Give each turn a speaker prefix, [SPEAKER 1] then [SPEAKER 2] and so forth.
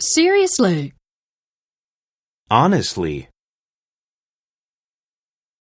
[SPEAKER 1] Seriously.
[SPEAKER 2] Honestly.